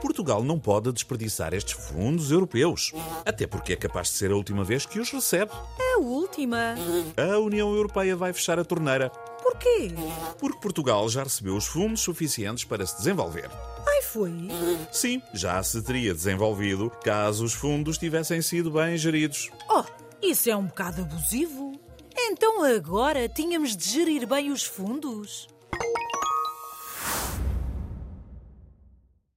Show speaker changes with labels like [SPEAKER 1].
[SPEAKER 1] Portugal não pode desperdiçar estes fundos europeus, até porque é capaz de ser a última vez que os recebe.
[SPEAKER 2] A última.
[SPEAKER 1] A União Europeia vai fechar a torneira,
[SPEAKER 2] Porquê?
[SPEAKER 1] porque Portugal já recebeu os fundos suficientes para se desenvolver.
[SPEAKER 2] Ai, foi.
[SPEAKER 1] Sim, já se teria desenvolvido caso os fundos tivessem sido bem geridos.
[SPEAKER 2] Oh, isso é um bocado abusivo. Então agora tínhamos de gerir bem os fundos.